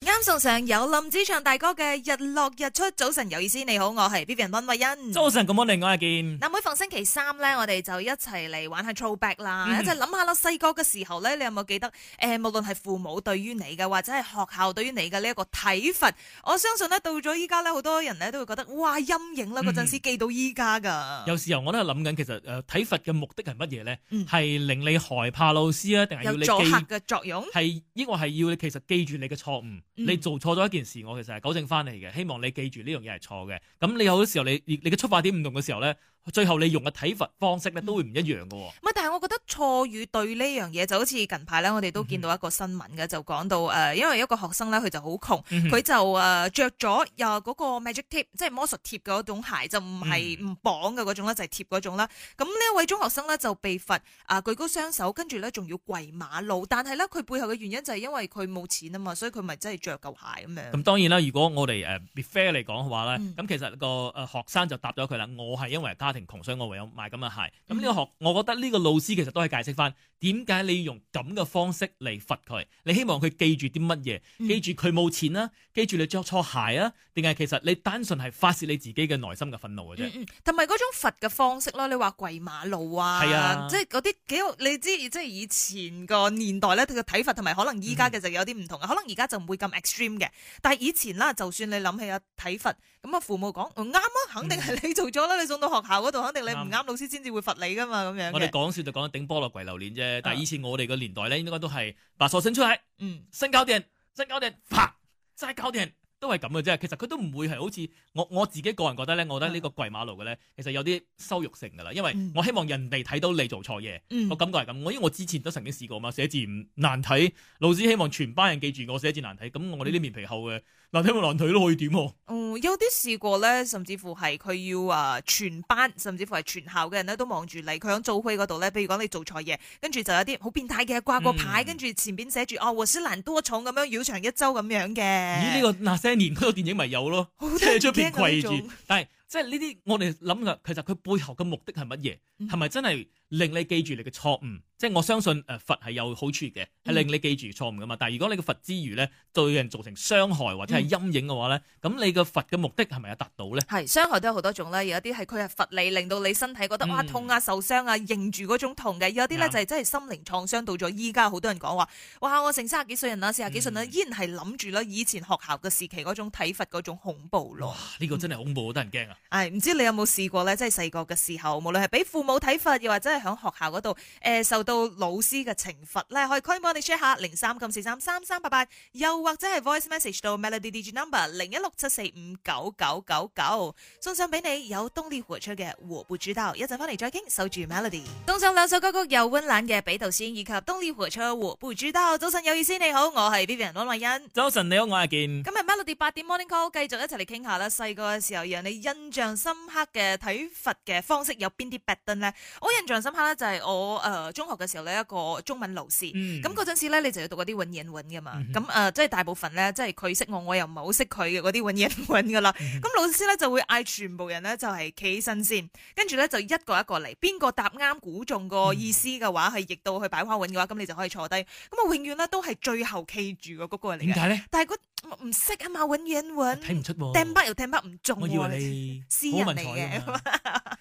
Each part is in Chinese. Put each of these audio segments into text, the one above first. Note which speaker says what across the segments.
Speaker 1: 啱送上有林子祥大哥嘅《日落日出》，早晨有意思，你好，我係 Vivian 温慧欣。
Speaker 2: 早晨，咁我另外一件，
Speaker 1: 嗱，每逢星期三咧，我哋就一齊嚟玩下 throwback 啦，
Speaker 2: 嗯
Speaker 1: 一齊諗下啦。細個嘅時候咧，你有冇記得？誒、無論係父母對於你嘅，或者係學校對於你嘅呢一個體罰，我相信咧，到咗依家咧，好多人咧都會覺得哇陰影啦，嗰陣時記到依家噶。
Speaker 2: 嗯有時候我都係諗緊，其實誒體罰嘅目的係乜嘢咧？
Speaker 1: 啊嗯
Speaker 2: 係令你害怕老師啊，定係要
Speaker 1: 有
Speaker 2: 你
Speaker 1: 助嚇
Speaker 2: 記？
Speaker 1: 嘅作用。
Speaker 2: 係抑或係要你其實記住你嘅錯誤，
Speaker 1: 嗯
Speaker 2: 你做錯咗一件事，我其實係糾正翻你嘅，希望你記住呢樣嘢係錯嘅。咁你有啲時候你你你嘅出發點唔同嘅時候咧，最後你用嘅體罰方式咧都會唔一樣嘅喎。
Speaker 1: 唔啊係，但係我覺得錯與對呢樣嘢就好似近排咧，我
Speaker 2: 嗯
Speaker 1: 哋都見到一個新聞嘅，就講到誒、呃因為一個學生咧，佢就好窮，
Speaker 2: 嗯
Speaker 1: 佢就誒著咗又嗰個 magic tape，即係魔術貼嗰種鞋，就唔係唔綁嘅嗰種啦，就係貼嗰種啦。咁呢一位中學生咧就被罰啊舉高雙手，跟住咧仲要跪馬路，但係咧佢背後嘅原因就係因為佢冇錢啊嘛，所以佢咪真係着舊鞋咁樣。
Speaker 2: 咁當然啦，如果我哋誒 be fair 嚟講嘅話咧，
Speaker 1: 嗯
Speaker 2: 咁、其實個誒學生就答咗佢啦，我係因為家庭窮，所以我唯有買咁嘅鞋。
Speaker 1: 嗯
Speaker 2: 咁呢個學，我覺得呢個老師其實都係解釋翻點解你用咁嘅方式嚟罰佢，你希望佢記住啲乜嘢？
Speaker 1: 嗯
Speaker 2: 記住佢冇錢啦，記住你着錯鞋啊，定係其實你單純係發泄你自己嘅內心嘅憤怒嘅啫。
Speaker 1: 嗯嗯，同埋嗰種罰嘅方式咯，你話跪馬路啊，
Speaker 2: 係啊
Speaker 1: 即係嗰啲幾好，你知即係以前個年代咧，佢嘅睇法同埋可能依
Speaker 2: 嗯
Speaker 1: 家嘅就有啲唔同嘅，啊可能而家就唔會咁 extreme 嘅，但係以前啦，就算你諗起啊體罰，咁啊父母講嗯啱啊，肯定係你做咗啦，你送到學校嗰度，肯定你唔啱，
Speaker 2: 啱
Speaker 1: 老師先至會罰你噶嘛，咁樣
Speaker 2: 我哋
Speaker 1: 嘅，
Speaker 2: 講笑就講頂菠蘿跪榴蓮啫，但係
Speaker 1: 嗯
Speaker 2: 以前我哋嘅年代咧，應該都係把手伸出嚟。
Speaker 1: 嗯。
Speaker 2: 新搞掂，新搞掂，啪，齋搞掂，都係咁嘅啫。其實佢都唔會係好似我我自己個人覺得咧，我覺得呢個跪馬路嘅咧，其實有啲羞辱性噶啦，因為
Speaker 1: 嗯
Speaker 2: 我希望人哋睇到你做錯嘢，
Speaker 1: 嗯
Speaker 2: 我感覺係咁。我因為我之前都曾經試過嘛，寫字唔難睇，老師希望全班人記住我寫字難睇，咁我哋
Speaker 1: 嗯
Speaker 2: 啲面皮厚嘅難睇咪難睇咯，可以點喎？
Speaker 1: 哦，有啲試過咧，甚至乎係佢要啊全班，甚至乎係全校嘅人咧都望住你。佢響做會嗰度咧，譬如講你做錯嘢，跟住就有啲好變態嘅掛個牌，
Speaker 2: 嗯
Speaker 1: 跟住前邊寫住哦，和斯蘭多重咁樣繞場一周咁樣嘅。
Speaker 2: 咦？呢、個那些年嗰個電影咪有咯，
Speaker 1: 好得
Speaker 2: 即係出
Speaker 1: 人
Speaker 2: 邊
Speaker 1: 驚啊
Speaker 2: 跪
Speaker 1: 呢
Speaker 2: 住
Speaker 1: 種。
Speaker 2: 但係即係呢啲我哋諗嘅，其實佢背後嘅目的係乜嘢？
Speaker 1: 嗯
Speaker 2: 係咪真係令你記住你嘅錯誤？即係我相信誒罰係有好處嘅，係
Speaker 1: 嗯
Speaker 2: 令你記住錯誤噶嘛。但係如果你嘅罰之餘咧，對人造成傷害或者
Speaker 1: 嗯
Speaker 2: 係陰影嘅話咧，咁、你嘅罰嘅目的係咪有達到咧？
Speaker 1: 係傷害都有好多種啦，有一啲係佢係罰你，令到你身體覺得
Speaker 2: 嗯
Speaker 1: 哇痛啊、受傷啊、認住嗰種痛嘅；有啲咧
Speaker 2: 啱
Speaker 1: 就係真係心靈創傷，到咗依家好多人講話，哇！我成三十幾歲人啦，四十幾歲啦，
Speaker 2: 嗯
Speaker 1: 依然係諗住啦以前學校嘅時期嗰種體罰嗰種恐怖咯
Speaker 2: 哇。！呢、個真係恐怖，得人驚啊！
Speaker 1: 唉，唔知你有冇試過咧？即係細個嘅時候，無論係俾父母體罰，又或者係喺學校嗰度，誒、受到老師嘅懲罰咧，可以 call 我哋 share 下零三九四三三三八八，又或者係 voice message 到 melody D G number 零一六七四五九九九九，送上俾你有動力火車嘅我不知道，一陣翻嚟再傾，守住 melody。送上兩首歌曲，有溫lãn嘅《俾導先》以及動力火車我不知道。早晨有意思，你好，我係 Vivian 溫慧欣。
Speaker 2: 早晨，你好，我係健。
Speaker 1: 今日 Melody 八點 Morning Call 繼續一齊嚟傾下啦，細個嘅時候讓你印象深刻嘅體罰嘅方式有邊啲 b a t 咧？我印象深刻咧就係我誒、呃中學嘅時候咧一個中文老師，
Speaker 2: 嗯，
Speaker 1: 咁嗰陣時咧你就要讀嗰啲文言文嘅嘛，
Speaker 2: 嗯
Speaker 1: 咁誒、呃即係大部分咧即係佢識我，我又唔係好識佢嘅嗰啲文言文噶啦，
Speaker 2: 嗯
Speaker 1: 咁、老師咧就會嗌全部人咧就係企起身先，跟住咧就一個一個嚟，邊個答啱估中個意思嘅話係譯到去擺花韻嘅話，咁你就可以坐低，咁我永遠咧都係最後企住嘅嗰個嚟嘅
Speaker 2: 點。解咧？
Speaker 1: 但係嗰唔識啊嘛，揾嘢
Speaker 2: 睇
Speaker 1: 揾，
Speaker 2: 唔出喎。
Speaker 1: 掟筆又掟筆唔中
Speaker 2: 我以
Speaker 1: 喎。
Speaker 2: 為
Speaker 1: 你
Speaker 2: 你
Speaker 1: 私人
Speaker 2: 好文
Speaker 1: 嚟
Speaker 2: 采
Speaker 1: 嘅
Speaker 2: 噶嘛，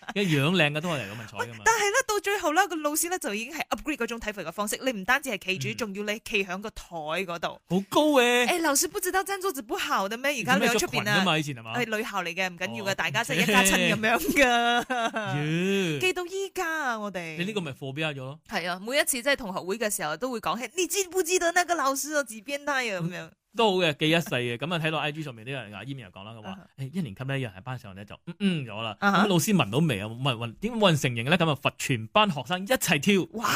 Speaker 2: 一樣靚嘅都係嚟咁文采噶嘛。
Speaker 1: 但係咧，到最後咧，個老師咧就已經係 upgrade 嗰種體罰嘅方式，你唔單止係企住，
Speaker 2: 嗯
Speaker 1: 仲要你企喺個台嗰度。
Speaker 2: 好高嘅，
Speaker 1: 誒，老師不知道爭桌子不好嘅咩？而
Speaker 2: 而
Speaker 1: 家你喺出邊
Speaker 2: 啊
Speaker 1: 啊，
Speaker 2: 嘛，以前係嘛
Speaker 1: 係？女校嚟嘅，唔緊要嘅，
Speaker 2: 哦
Speaker 1: 大家即係
Speaker 2: 唔
Speaker 1: 一
Speaker 2: 知
Speaker 1: 家親咁 樣噶。
Speaker 2: 咦
Speaker 1: 記到依家啊，我哋
Speaker 2: 你呢個咪貨標咗咯？
Speaker 1: 係啊，每一次即係同學會嘅時候都會講起，你知唔知道那個老師啊，自變態啊咁樣。
Speaker 2: 都好嘅，記一世嘅。咁啊，睇到 I G 上面啲人阿 Amy 又講啦，佢
Speaker 1: 啊
Speaker 2: 話
Speaker 1: 哈：
Speaker 2: 誒一年級咧，有人喺班上咧就嗯嗯咗啦。
Speaker 1: 啊哈
Speaker 2: 咁老師聞到未啊？問問點解冇人承認咧？咁啊罰全班學生一齊跳，
Speaker 1: 哇！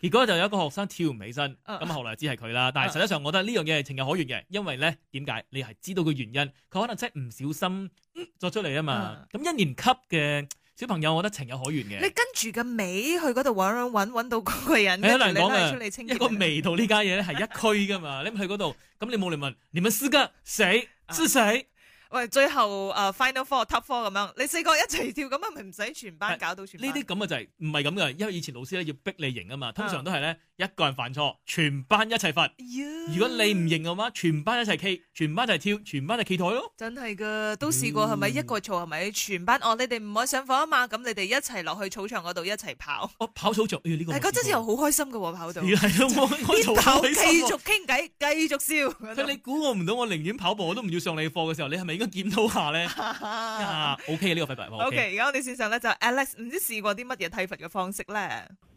Speaker 2: 結果就有一個學生跳唔起身。
Speaker 1: 啊
Speaker 2: 咁後來知係佢啦。但係實際上，我覺得呢樣嘢係情有可原嘅，因為咧點解？你係知道個原因，佢可能真係唔小心嗯作出嚟啊嘛。咁一年級嘅小朋友，我覺得情有可原
Speaker 1: 你
Speaker 2: 嘅。
Speaker 1: 跟住個尾去嗰度揾揾揾揾到嗰個人，
Speaker 2: 你
Speaker 1: 跟住
Speaker 2: 好難
Speaker 1: 你
Speaker 2: 啊講
Speaker 1: 拉出嚟
Speaker 2: 嘅
Speaker 1: 清潔
Speaker 2: 一個味道呢家嘢咧係一區噶嘛。你去嗰度，咁你冇嚟問，你們四個誰
Speaker 1: 啊
Speaker 2: 是誰？
Speaker 1: 喂，最後誒、呃 final four top four 咁樣，你四個一齊跳咁啊，咪唔使全班搞到全
Speaker 2: 呢
Speaker 1: 班。
Speaker 2: 啲咁嘅就係唔係咁嘅，因為以前老師咧要逼你型啊嘛，通常都係咧一個人犯錯，全班一齊罰。
Speaker 1: 嗯
Speaker 2: 如果你唔認嘅話，全班一齊 K，全班一齊跳，全班一齊企台咯。
Speaker 1: 真係噶，都試過係
Speaker 2: 嗯
Speaker 1: 咪一個嘈係咪全班哦？你哋唔可以上課啊嘛，咁你哋一齊落去草場嗰度一齊跑。
Speaker 2: 我跑草場，哎呀呢個
Speaker 1: 但係嗰陣時又好開心噶喎，跑 到
Speaker 2: 係咯，我我
Speaker 1: 邊
Speaker 2: 嘈
Speaker 1: 跑
Speaker 2: 到你
Speaker 1: 繼
Speaker 2: 心喎
Speaker 1: 續傾偈，繼續笑。
Speaker 2: 佢 你估我唔到，我寧願跑步我都唔要上你課嘅時候，你係咪應該檢討下咧？啊，OK 呢個廢物
Speaker 1: O K，而家我哋線上咧就 Alex，唔知試過啲乜嘢體罰嘅方式咧？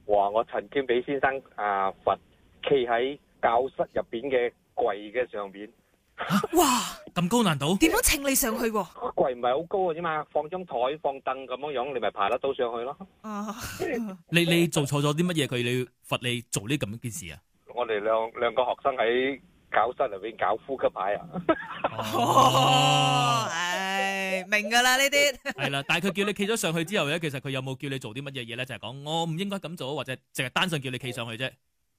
Speaker 3: 話我曾經俾先生啊罰企喺教室入邊嘅櫃嘅上邊，
Speaker 1: 哇，
Speaker 2: 咁高難度，
Speaker 1: 點樣請你上去喎？
Speaker 3: 個櫃唔係好高嘅啫嘛，放張台放凳咁樣樣，你咪爬得到上去咯。
Speaker 1: 啊，
Speaker 2: 你你做錯咗啲乜嘢？佢你要罰你做呢咁 件事啊？
Speaker 3: 我哋兩兩個學生喺教室入邊搞呼吸牌啊，
Speaker 1: 哦，唉，明噶啦呢啲。
Speaker 2: 係啦，但係佢叫你企咗上去之後咧，其實佢有冇叫你做啲乜嘢嘢咧？就係講我唔應該咁做，或者淨係單純叫你企上去啫，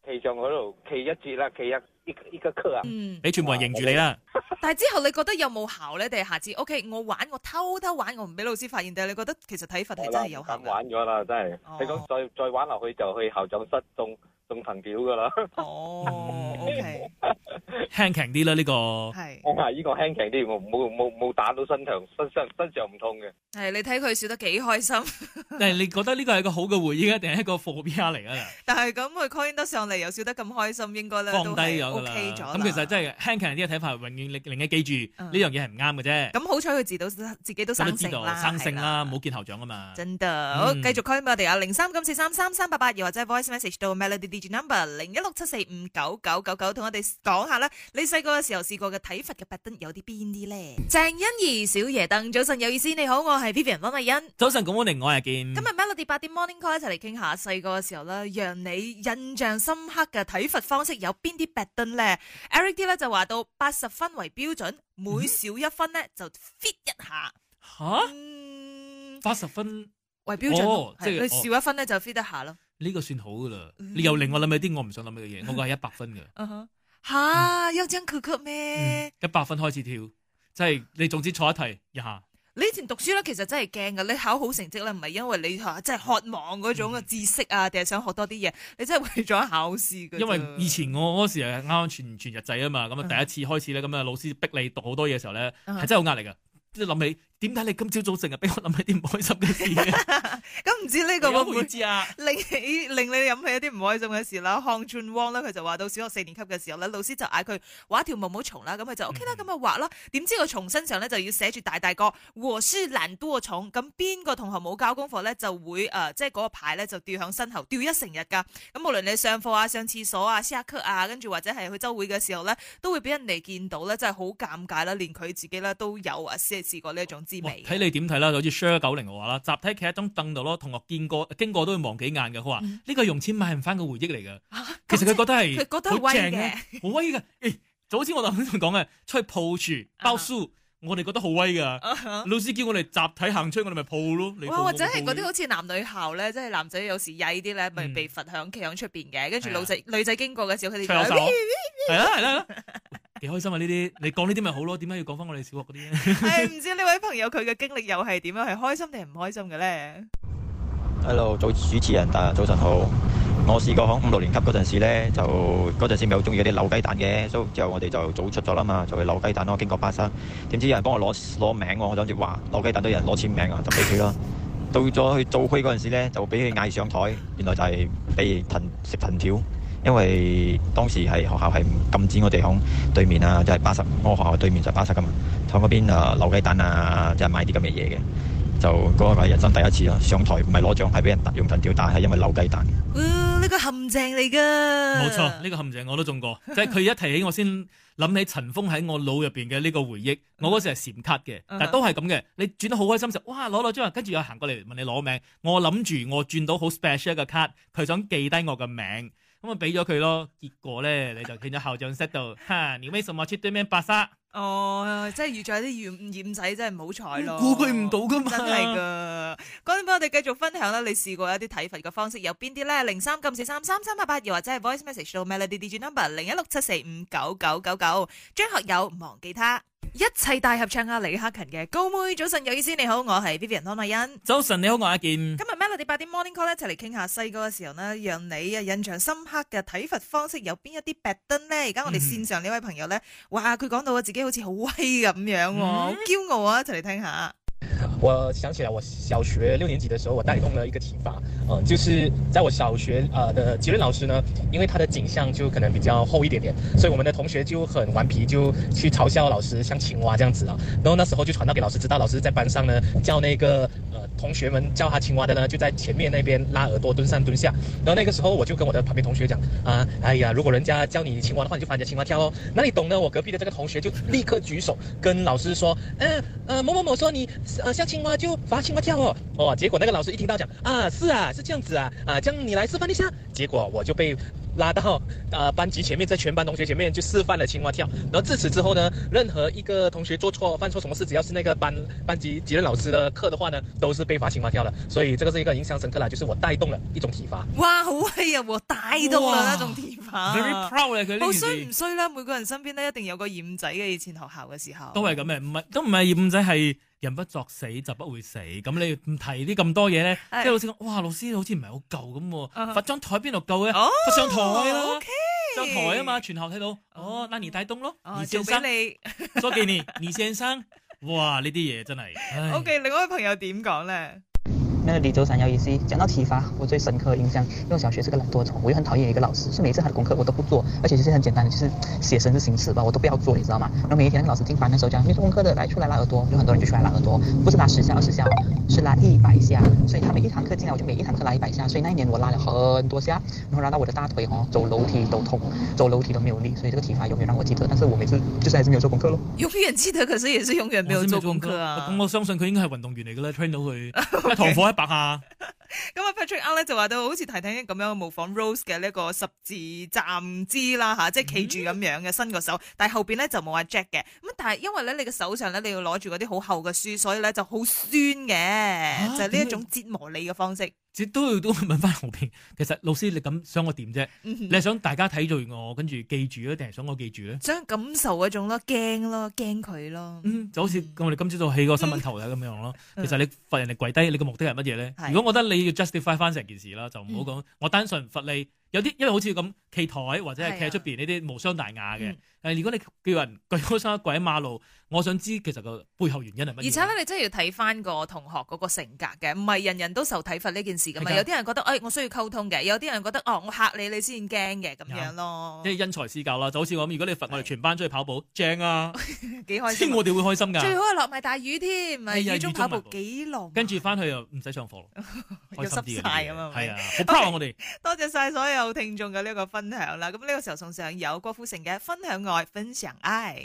Speaker 3: 企上去嗰度企一節啦，企一一一個刻啊，
Speaker 1: 嗯，
Speaker 2: 俾全部人認住你 啦。
Speaker 1: 但係之後你覺得有冇效咧？定係下次 O、k 我玩，我偷偷玩，我唔俾老師發現。但係你覺得其實體罰係真係有效
Speaker 3: 咁
Speaker 1: 㗎？
Speaker 3: 玩咗啦，真係。
Speaker 1: 哦
Speaker 3: 你講再再玩落去就去校長室中中藤條噶啦，
Speaker 1: 哦，OK，
Speaker 2: 輕強啲啦，呢個
Speaker 1: 係
Speaker 3: 我話呢個輕強啲，我冇冇冇打到身上身上身上唔痛嘅。
Speaker 1: 係，你睇佢笑得幾開心，
Speaker 2: 但係你覺得呢個係一個好嘅回憶啊，定係一個貨 B R 嚟啊？
Speaker 1: 但係咁佢 call in 得上嚟又笑得咁開心，應該咧
Speaker 2: 放
Speaker 1: 都
Speaker 2: 低
Speaker 1: 係
Speaker 2: 咗㗎
Speaker 1: OK
Speaker 2: 啦。
Speaker 1: 咗啦。
Speaker 2: 咁其實真係輕強啲嘅睇法，永遠令令你記住
Speaker 1: 嗯
Speaker 2: 呢樣嘢係唔啱嘅啫。
Speaker 1: 咁好彩佢自到自己都
Speaker 2: 咁都
Speaker 1: 生
Speaker 2: 知
Speaker 1: 性
Speaker 2: 道
Speaker 1: 啦，
Speaker 2: 生
Speaker 1: 係
Speaker 2: 性啦，冇見校長啊嘛。
Speaker 1: 真的，好，
Speaker 2: 嗯
Speaker 1: 繼續 call 俾我哋啊，零三九四三三三八八，又或者 voice message 到 Melody D G number 零一六七四五九九九九，同我哋講下啦，你細個嘅時候試過嘅體罰嘅特登有啲邊啲咧？鄭欣宜、小爺凳，早晨有意思，你好，我係 Vivian 温慧欣。
Speaker 2: 早晨，咁我另外一
Speaker 1: 今
Speaker 2: 見。
Speaker 1: 日 Melody 八點 Morning Call 一齊嚟傾下細個嘅時候咧，讓你印象深刻嘅體罰方式有邊啲 b a 登咧？Eric D 咧就話到八十分為標準，每少一分咧就 fit 一下。
Speaker 2: 吓
Speaker 1: 嗯
Speaker 2: 八十分
Speaker 1: 為標準咯
Speaker 2: 哦，
Speaker 1: 係
Speaker 2: 即係
Speaker 1: 你少一分咧就 fit 得下咯。
Speaker 2: 呢個算好噶啦。
Speaker 1: 嗯
Speaker 2: 你又令我諗起啲我唔想諗起嘅嘢，我個係一百分嘅，
Speaker 1: 吓，有張佢曲咩？
Speaker 2: 一百分開始跳，即係你總之錯一題一下。
Speaker 1: 你以前讀書咧，其實真係驚噶。你考好成績咧，唔係因為你嚇真係渴望嗰種嘅知識啊，定係想學多啲嘢，你真係為咗考試嘅啫。
Speaker 2: 因為以前我嗰時係啱啱全全日制啊嘛，咁啊第一次開始咧，咁啊老師逼你讀好多嘢嘅時候咧，
Speaker 1: 嗯
Speaker 2: 係真係好壓力噶。即係諗起點解你今朝早成日俾我諗起啲唔開心嘅事嘅？
Speaker 1: 咁唔知呢個會唔
Speaker 2: 會
Speaker 1: 會
Speaker 2: 知啊？
Speaker 1: 令你令你諗起一啲唔開心嘅事啦。康俊汪咧，佢就話到小學四年級嘅時候咧，老師就嗌佢畫一條毛毛蟲啦，咁佢就 OK 啦，咁啊畫啦。點知個蟲身上咧就要寫住大大個和書難多蟲，咁邊個同學冇交功課咧就會誒、呃即係嗰個牌咧就吊響身後，吊一成日㗎。咁無論你上課啊、上廁所啊、下課啊，跟住或者係去周會嘅時候咧，都會俾人哋見到咧，真係好尷尬啦。連佢自己咧都有啊，試試過呢一種滋
Speaker 2: 哇
Speaker 1: 味。
Speaker 2: 睇你點睇啦，就好似 Share 九零嘅話啦，集體企喺張凳度咯，同學見過經過都會望幾眼嘅。佢話
Speaker 1: 嗯
Speaker 2: 呢個用錢買唔翻嘅回憶嚟嘅。
Speaker 1: 啊
Speaker 2: 其實佢 覺得
Speaker 1: 佢
Speaker 2: 係
Speaker 1: 覺得係
Speaker 2: 好
Speaker 1: 威
Speaker 2: 正
Speaker 1: 嘅
Speaker 2: 嘅，。好威嘅。誒，就好似我頭先講嘅，出去抱樹包書，我哋覺得好威㗎。
Speaker 1: 啊哈
Speaker 2: 老師叫我哋集體行出去，我哋咪抱咯。你
Speaker 1: 哇，
Speaker 2: 抱
Speaker 1: 或者係
Speaker 2: 我抱
Speaker 1: 嗰
Speaker 2: 你
Speaker 1: 啲好似男女校咧，即係男仔有時曳啲咧，咪
Speaker 2: 嗯
Speaker 1: 被罰響企響出邊嘅，跟住
Speaker 2: 係啊
Speaker 1: 女仔女仔經過嘅時候，佢哋
Speaker 2: 吹口
Speaker 1: 就 哎
Speaker 2: 哨，係啦係啦，係啦幾開心啊！呢啲你講呢啲咪好咯？點解要講翻我哋小學嗰啲咧？
Speaker 1: 係哎唔知呢位朋友佢嘅經歷又係點樣，啊係開心定係唔開心嘅咧？
Speaker 4: Hello，早主持人啊，早晨好。我試過響五六年級嗰陣時咧，就嗰陣時咪好中意嗰啲扭雞蛋嘅，所以之後我哋就早出咗啦嘛，就去扭雞蛋咯。經過巴士，點知有人幫我攞攞名喎，我諗住話扭雞蛋都有人攞簽名啊，就俾佢啦。到咗去做區嗰陣時咧，就俾佢嗌上台，原來就係俾藤食藤條，因為當時係學校係禁止我哋響對面啊，即係巴士，我學校對面就係巴士噶嘛，響嗰邊啊扭雞蛋啊，即係買啲咁嘅嘢嘅。就嗰個係人生第一次啦，啊上台唔係攞獎，係俾人用藤條打，係因為扭雞蛋。
Speaker 1: 哦呢個陷阱嚟噶，
Speaker 2: 冇錯，呢、個陷阱我都中過， 即係佢一提起我先諗起陳峰喺我腦入邊嘅呢個回憶。我嗰時係閃卡嘅，
Speaker 1: 嗯嗯哼
Speaker 2: 但都係咁嘅。你轉得好開心就哇攞到張，跟住又行過嚟問你攞名。我諗住我轉到好 special 嘅卡，佢想記低我嘅名，咁啊俾咗佢咯。結果咧你就見咗校長室度，哈，你為什麼出對面白沙？
Speaker 1: 哦，即係遇咗啲染染仔真係唔好彩咯，
Speaker 2: 估佢唔到噶嘛
Speaker 1: 真係噶。講緊俾我哋繼續分享啦，你試過一啲體罰嘅方式有邊啲咧？零三九四三三三八八，又或者係 voice message 到 melody D G number 零一六七四五九九九九。張學友忘記他。一切大合唱啊，李克勤嘅高妹，早晨有意思，你好，我係 Vivian 康美欣。
Speaker 2: 早晨，你好，我係阿健。
Speaker 1: 今日 Melody 八點 Morning Call 咧，一齊嚟傾下細個嘅時候呢，讓你啊印象深刻嘅體罰方式有邊一啲特登呢？而家我哋線上呢位朋友咧，哇，佢講到自己好似好威咁樣喎，好驕傲啊！一齊嚟聽下。
Speaker 5: 我想起来，我小学六年级的时候，我带动了一个体罚，嗯、就是在我小学呃的杰伦老师呢，因为他的颈项就可能比较厚一点点，所以我们的同学就很顽皮，就去嘲笑老师像青蛙这样子啊。然后那时候就传到给老师知道，老师在班上呢叫那个呃同学们叫他青蛙的呢，就在前面那边拉耳朵蹲上蹲下。然后那个时候我就跟我的旁边同学讲啊，哎呀，如果人家叫你青蛙的话，你就翻人家青蛙跳哦。那你懂呢？我隔壁的这个啊同学就立刻举手跟老师说，嗯、呃某某某说你呃像青蛙就罚青蛙跳哦哦。结果那个老师一听到讲啊是啊是这样子啊啊，这样你来示范一下。结果我就被拉到呃班级前面，在全班同学前面就示范了青蛙跳。然后自此之后呢，任何一个同学做错犯错什么事，只要是那个班班级级任老师的课的话呢，都是被罚青蛙跳的。所以这个是一个印象深刻啦，就是我带动了一种体罚。
Speaker 1: 哇，好威啊！帶動啦
Speaker 2: 哇
Speaker 1: 一種甜
Speaker 2: Very
Speaker 1: 法。
Speaker 2: proud 啊！佢
Speaker 1: 好
Speaker 2: 呢件
Speaker 1: 衰唔
Speaker 2: 事
Speaker 1: 衰啦？每個人身邊咧一定有個染仔嘅，以前學校嘅時候
Speaker 2: 都係咁嘅，唔係都唔係五仔係人不作死就不會死。咁你唔提啲咁多嘢咧，即
Speaker 1: 係
Speaker 2: 係老師講，哇，老師好似唔係好夠咁
Speaker 1: 啊哈
Speaker 2: 喎，罰張台邊度夠咧？
Speaker 1: 哦
Speaker 2: 罰上台啦
Speaker 1: OK，
Speaker 2: 上台啊嘛，全校睇到，哦，那你帶動咯，
Speaker 1: 哦
Speaker 2: 而
Speaker 1: 做
Speaker 2: 先生。
Speaker 1: 俾你。
Speaker 2: 所以你， 你先生，哇！呢啲嘢真係唉
Speaker 1: O K，另外一位朋友點講咧？
Speaker 6: Melody 早上有意思。讲到体罚，我最深刻的印象，因为我小学是个懒惰虫，我又很讨厌一个老师，所以每次他的功课我都不做，而且就是很简单的，就是写生字形式吧，我都不要做，你知道吗？然后每一天那个老师进班的时候讲，你做功课的来出来拉耳朵，有很多人就出来拉耳朵，不是拉十下二十下哦，是拉一百下。所以他每一堂课进来，我就每一堂课拉一百下，所以那一年我拉了很多下，然后拉到我的大腿哦，走楼梯都痛，走楼梯都没有力，所以这个体罚永远让我记得。但是我每次就是还是没有做功课咯。
Speaker 1: 永遠記得，可是也是永遠沒有
Speaker 2: 我先
Speaker 1: 做
Speaker 2: 未
Speaker 1: 功課啊。
Speaker 2: 咁我相信佢應該係運動員嚟㗎啦，train 到佢一堂課一百下，
Speaker 1: 咁啊 Patrick L 咧就話到好似提提咁樣模仿 Rose 嘅呢一個十字站姿啦吓，即
Speaker 2: 嗯
Speaker 1: 係企住咁樣嘅伸個手，但係後邊咧就冇阿 Jack 嘅。咁啊但係因為咧你嘅手上咧你要攞住嗰啲好厚嘅書，所以咧就好酸
Speaker 2: 啊
Speaker 1: 嘅，就係呢一種折磨你嘅方式。
Speaker 2: 即都要都問翻後邊。其實老師你咁想我點啫？
Speaker 1: 嗯
Speaker 2: 你係想大家睇住我，跟住記住咧，定係想我記住咧？
Speaker 1: 想感受嗰種咯，驚咯，驚佢咯。
Speaker 2: 嗯，就好似我哋今朝早起個新聞頭睇咁樣咯。其
Speaker 1: 嗯
Speaker 2: 實你罰人哋跪低，你嘅目的係乜嘢咧
Speaker 1: 係？嗯
Speaker 2: 如果我覺得你要 justify 翻成件事啦，就唔好講我單純罰你。有啲因為好似咁企台或者係企喺出邊呢啲無傷大雅嘅
Speaker 1: 啊嗯。
Speaker 2: 誒，如果你叫人跪高山跪喺馬路，我想知其實個背後原因係乜嘢？啊
Speaker 1: 而且咧，你真係要睇翻個同學嗰個性格嘅，唔係人人都受體罰呢件事噶嘛。
Speaker 2: 係㗎
Speaker 1: 有啲人覺得，誒、哎我需要溝通嘅；有啲人覺得，哦，我嚇你，你先驚嘅咁樣咯
Speaker 2: 啊即。係因材施教啦，就好似我咁，如果你罰我哋全班出去跑步，正啊，
Speaker 1: 幾開
Speaker 2: 即
Speaker 1: 心
Speaker 2: 係
Speaker 1: 啊！
Speaker 2: 我哋會開心
Speaker 1: 最
Speaker 2: 㗎。
Speaker 1: 好係落埋大雨添，咪
Speaker 2: 哎呀
Speaker 1: 雨中
Speaker 2: 雨中
Speaker 1: 跑
Speaker 2: 跑步
Speaker 1: 步幾浪漫
Speaker 2: 跟住翻去又唔使 上課咯，
Speaker 1: 哦又
Speaker 2: 開心
Speaker 1: 濕
Speaker 2: 啲
Speaker 1: 晒咁啊！係
Speaker 2: 係
Speaker 1: 咪
Speaker 2: 啊，好 proud 啊我哋。
Speaker 1: 多謝晒所有聽眾嘅呢個分享啦。咁呢個時候送上有郭富城嘅《分享愛，分享愛》。